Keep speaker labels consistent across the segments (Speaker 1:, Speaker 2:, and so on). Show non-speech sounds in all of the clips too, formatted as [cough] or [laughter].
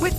Speaker 1: With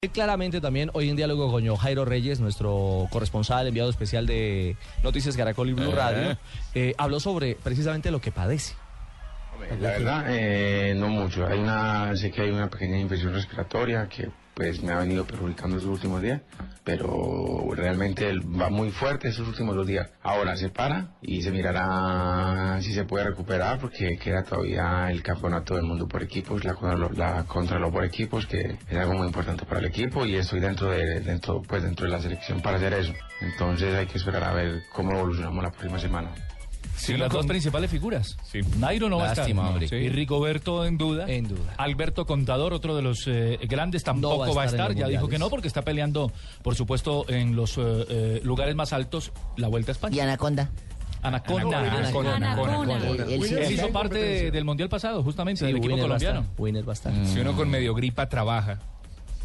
Speaker 2: Eh, Claramente también hoy en diálogo con Jairo Reyes, nuestro corresponsal, enviado especial de Noticias Caracol y Blue Radio, eh, habló sobre precisamente lo que padece.
Speaker 3: La verdad, eh, no mucho. Hay una, sé que hay una pequeña infección respiratoria que pues me ha venido perjudicando estos últimos días, pero realmente él va muy fuerte estos últimos dos días. Ahora se para y se mirará si se puede recuperar porque queda todavía el campeonato del mundo por equipos, la, Contralor- la contralor por equipos, que es algo muy importante para el equipo y estoy dentro de, dentro, pues dentro de la selección para hacer eso. Entonces hay que esperar a ver cómo evolucionamos la próxima semana.
Speaker 4: Sí, las dos principales figuras. Nairo no
Speaker 2: Lástima,
Speaker 4: va a estar.
Speaker 2: hombre.
Speaker 4: Sí. Y Rigoberto en duda.
Speaker 2: En duda.
Speaker 4: Alberto Contador, otro de los eh, grandes,
Speaker 2: No
Speaker 4: tampoco va a estar.
Speaker 2: en
Speaker 4: Ya
Speaker 2: los
Speaker 4: dijo
Speaker 2: mundiales.
Speaker 4: que no, porque está peleando, por supuesto, en los eh, eh, lugares más altos la Vuelta a España.
Speaker 5: Y Anaconda.
Speaker 4: Anaconda.
Speaker 5: Anaconda. Anaconda. Él- él sí
Speaker 4: Él
Speaker 5: está
Speaker 4: hizo
Speaker 5: en
Speaker 4: parte del Mundial pasado, justamente, del
Speaker 2: Sí,
Speaker 4: equipo
Speaker 2: Winner va a estar,
Speaker 4: colombiano. Mm.
Speaker 2: Winner va a estar.
Speaker 6: Si uno con medio gripa trabaja.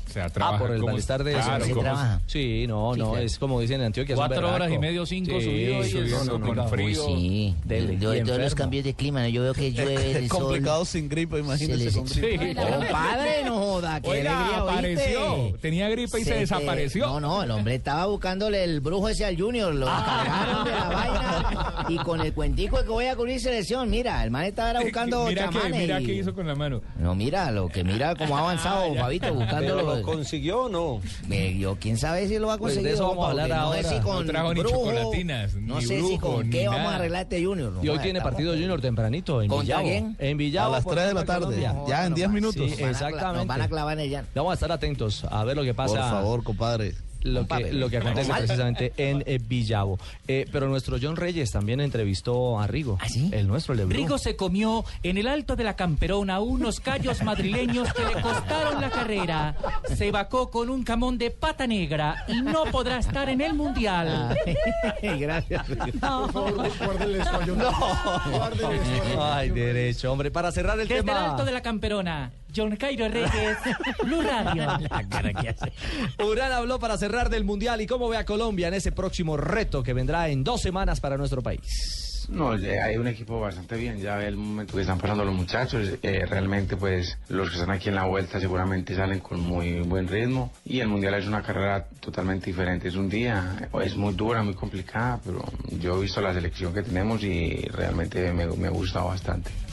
Speaker 6: O sea, trabaja.
Speaker 2: Ah, por el
Speaker 6: como-
Speaker 2: malestar de
Speaker 6: Claro,
Speaker 2: eso.
Speaker 5: se
Speaker 6: como-
Speaker 5: trabaja.
Speaker 2: Sí, no,
Speaker 5: Sí,
Speaker 2: no,
Speaker 5: claro.
Speaker 2: es como dicen en Antioquia. es un
Speaker 4: Cuatro horas
Speaker 2: berraco.
Speaker 4: y medio, cinco,
Speaker 2: Sí,
Speaker 4: subido. y
Speaker 2: subido,
Speaker 4: es
Speaker 6: no, con
Speaker 4: complicado.
Speaker 6: frío.
Speaker 5: Uy, sí.
Speaker 2: Dele,
Speaker 5: Yo-
Speaker 2: y
Speaker 5: todos los
Speaker 2: enfermo.
Speaker 5: cambios de clima, ¿no? yo veo que [laughs] llueve, el sol.
Speaker 7: Complicado sin gripa,
Speaker 5: se
Speaker 7: imagínese
Speaker 5: les
Speaker 7: con gripa.
Speaker 4: Sí.
Speaker 5: Compadre, no joda, qué
Speaker 6: Oiga,
Speaker 5: alegría, ¿oíste?
Speaker 6: apareció. Tenía gripa y se,
Speaker 5: te-
Speaker 6: desapareció.
Speaker 5: No, no, el hombre estaba buscándole el brujo ese al Junior, lo cargaron de la vaina y con el cuentico de que voy a cubrir selección, mira, el
Speaker 6: [laughs]
Speaker 5: man estaba era buscando
Speaker 6: mira que,
Speaker 5: chamanes.
Speaker 6: mira
Speaker 5: y-
Speaker 6: qué hizo con la mano.
Speaker 5: No, mira, lo que mira cómo ha avanzado, Fabito, buscando...
Speaker 7: consiguió o no?
Speaker 5: Me- yo, quién sabe si lo va a
Speaker 2: Pues de
Speaker 5: conseguir.
Speaker 2: eso vamos a
Speaker 5: Juanpa,
Speaker 2: hablar
Speaker 5: porque No sé
Speaker 2: ahora.
Speaker 5: si con
Speaker 6: No trajo ni
Speaker 5: brujo,
Speaker 6: chocolatinas,
Speaker 5: no
Speaker 6: ni
Speaker 5: sé si
Speaker 6: brujo,
Speaker 5: con
Speaker 6: ni
Speaker 5: qué vamos a
Speaker 6: nada.
Speaker 5: arreglar este Junior. no
Speaker 2: Y hoy
Speaker 5: joda,
Speaker 2: tiene
Speaker 5: estamos-
Speaker 2: partido Junior tempranito en
Speaker 5: ¿Contra
Speaker 2: Villavo.
Speaker 5: quién?
Speaker 2: En Villavo.
Speaker 7: A las
Speaker 2: por
Speaker 7: 3 de la
Speaker 2: Copa
Speaker 7: tarde,
Speaker 2: Colombia.
Speaker 7: ya en 10 minutos.
Speaker 2: Sí,
Speaker 5: Nos van a cla- Nos van a
Speaker 2: exactamente.
Speaker 5: clavar en el llano.
Speaker 2: Vamos a estar atentos a ver lo que pasa.
Speaker 7: Por favor, compadre.
Speaker 2: Lo que, lo que acontece
Speaker 5: Mal.
Speaker 2: precisamente en eh, Villavo. Eh, pero nuestro John Reyes también entrevistó a Rigo.
Speaker 5: ¿Ah, sí?
Speaker 2: El nuestro, el de Blue.
Speaker 8: Rigo se comió en el alto de la Camperona unos callos madrileños que le costaron la carrera. Se vacó con un camón de pata negra y no podrá estar en el
Speaker 5: [laughs]
Speaker 8: mundial.
Speaker 2: [laughs]
Speaker 5: Gracias.
Speaker 2: Ay, derecho, hombre. Para cerrar el
Speaker 8: Desde el
Speaker 2: tema.
Speaker 8: alto de la Camperona, John Cairo Reyes, Blue
Speaker 5: [laughs]
Speaker 8: Radio.
Speaker 2: Urán habló para cerrar del Mundial y cómo ve a Colombia en ese próximo reto que vendrá en dos semanas para nuestro país.
Speaker 3: No, eh, hay un equipo bastante bien, ya ve el momento que están pasando los muchachos, eh, realmente pues los que están aquí en la vuelta seguramente salen con muy buen ritmo y el Mundial es una carrera totalmente diferente, es un día, eh, es muy dura, muy complicada, pero yo he visto la selección que tenemos y realmente me, me ha gustado bastante.